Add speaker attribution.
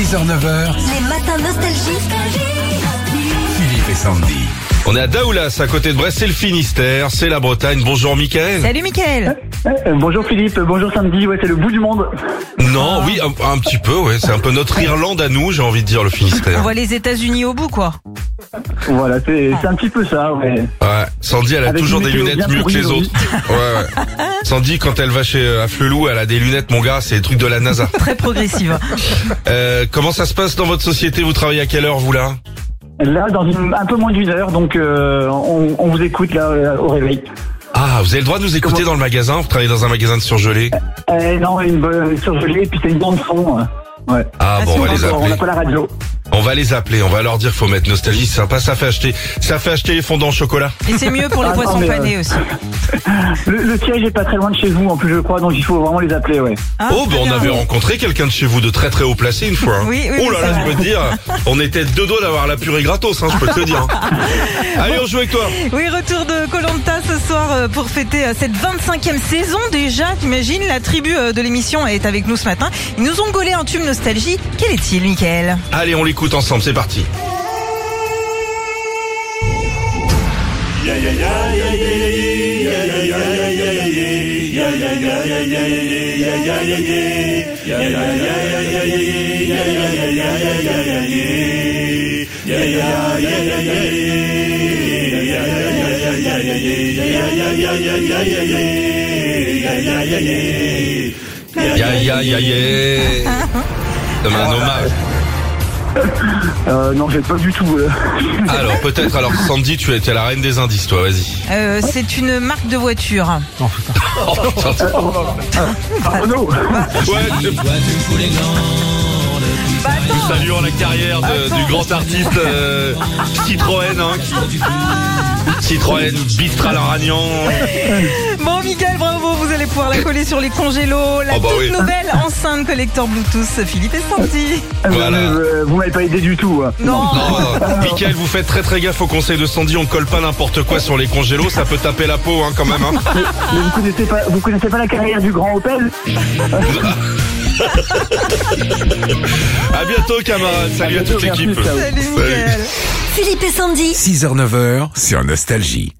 Speaker 1: 6h-9h,
Speaker 2: Les matins nostalgiques.
Speaker 1: Philippe et Sandy.
Speaker 3: On est à Daoulas, à côté de Brest, c'est le Finistère, c'est la Bretagne. Bonjour Mickaël.
Speaker 4: Salut Mickaël
Speaker 5: Euh, euh, bonjour Philippe, bonjour Sandy, ouais c'est le bout du monde.
Speaker 4: Ah.
Speaker 3: Non, oui, un, un petit peu, ouais. C'est un peu notre Irlande à nous, j'ai envie de dire, le
Speaker 4: On
Speaker 3: Finistère.
Speaker 4: voit les États-Unis au bout quoi.
Speaker 5: Voilà, c'est c'est un petit peu ça, ouais.
Speaker 3: Ouais, Sandy, elle a
Speaker 5: Avec
Speaker 3: toujours
Speaker 5: une
Speaker 3: des
Speaker 5: météo
Speaker 3: lunettes
Speaker 5: bien
Speaker 3: mieux que
Speaker 5: pourrie
Speaker 3: les autres. Ouais, ouais. Sandy, quand elle va chez euh, à Flelou, elle a des lunettes, mon gars, c'est des trucs de la NASA.
Speaker 4: Très progressive.
Speaker 3: Euh, comment ça se passe dans votre société Vous travaillez à quelle heure, vous, là
Speaker 5: Là, dans une- un peu moins d'une heure, donc euh, on, on vous écoute là euh, au réveil.
Speaker 3: Ah, vous avez le droit de nous écouter
Speaker 5: Comment
Speaker 3: dans le magasin Vous travaillez dans un magasin de surgelés
Speaker 5: Euh, non, une bonne surgelée, puis c'est une bande son. euh, Ouais.
Speaker 3: Ah
Speaker 4: Ah,
Speaker 3: bon, on va
Speaker 4: c'est
Speaker 3: les
Speaker 5: Encore, on
Speaker 3: appeler.
Speaker 5: n'a pas la radio.
Speaker 3: On va les appeler, on va leur dire faut mettre nostalgie, c'est sympa, ça fait acheter, ça fait acheter les fondants au chocolat.
Speaker 4: Et c'est mieux pour les
Speaker 5: Ah, non,
Speaker 4: poissons
Speaker 5: mais, euh,
Speaker 4: panés aussi.
Speaker 5: Le, le siège est pas très loin de chez vous en plus je crois, donc il faut vraiment les appeler, ouais.
Speaker 4: Ah,
Speaker 3: oh, ben
Speaker 4: très
Speaker 3: on
Speaker 4: bien.
Speaker 3: avait rencontré quelqu'un de chez vous de très très haut placé une fois. hein.
Speaker 4: Oui, oui,
Speaker 3: oh là
Speaker 4: oui,
Speaker 3: là,
Speaker 4: c'est
Speaker 3: je peux te dire, on était deux doigts d'avoir la purée gratos, hein, je peux te le dire. Allez, on joue avec toi.
Speaker 4: Oui, retour de Colanta ce soir euh, pour fêter euh, cette 25e saison déjà. T'imagines, la tribu euh, de l'émission est avec nous ce matin. Ils nous ont gaulé un tube nostalgie. Quel est-il, Mickaël
Speaker 3: Allez, on l'écoute ensemble, c'est parti. Ya ya ya ya. Comme un hommage.
Speaker 5: Euh, non, j'ai pas du tout. euh,
Speaker 3: Alors peut-être, alors Sandy, tu étais la reine des indices, toi, vas-y.
Speaker 4: Euh, C'est une marque de voiture.
Speaker 5: Renaud.
Speaker 3: Ouais, je-
Speaker 4: Bah, attends,
Speaker 3: Saluons la carrière de- du grand artiste euh, Citroën. Hein, qui- Citroën, Bistral Aragnan.
Speaker 4: bon Mickaël, bravo, vous allez pouvoir la coller sur les congélos, la
Speaker 3: Oh, bah
Speaker 4: toute
Speaker 3: oui.
Speaker 4: nouvelle enceinte collector Bluetooth Philippe et Santi.
Speaker 3: Voilà.
Speaker 5: Vous, euh, vous m'avez pas aidé du tout. hein. ouais.
Speaker 4: Non,
Speaker 3: Non, non, non. Mickaël, vous faites très très gaffe au conseil de Sandy, on colle pas n'importe quoi sur les congélos, ça peut taper la peau hein, quand même. Hein.
Speaker 5: Mais vous connaissez pas, vous connaissez pas la carrière du grand hôtel
Speaker 3: À bientôt camarades, salut à toute
Speaker 5: Merci,
Speaker 3: l'équipe.
Speaker 5: ciao.
Speaker 4: salut Mickaël.
Speaker 2: Philippe et Sandy.
Speaker 1: 6h-9h sur Nostalgie.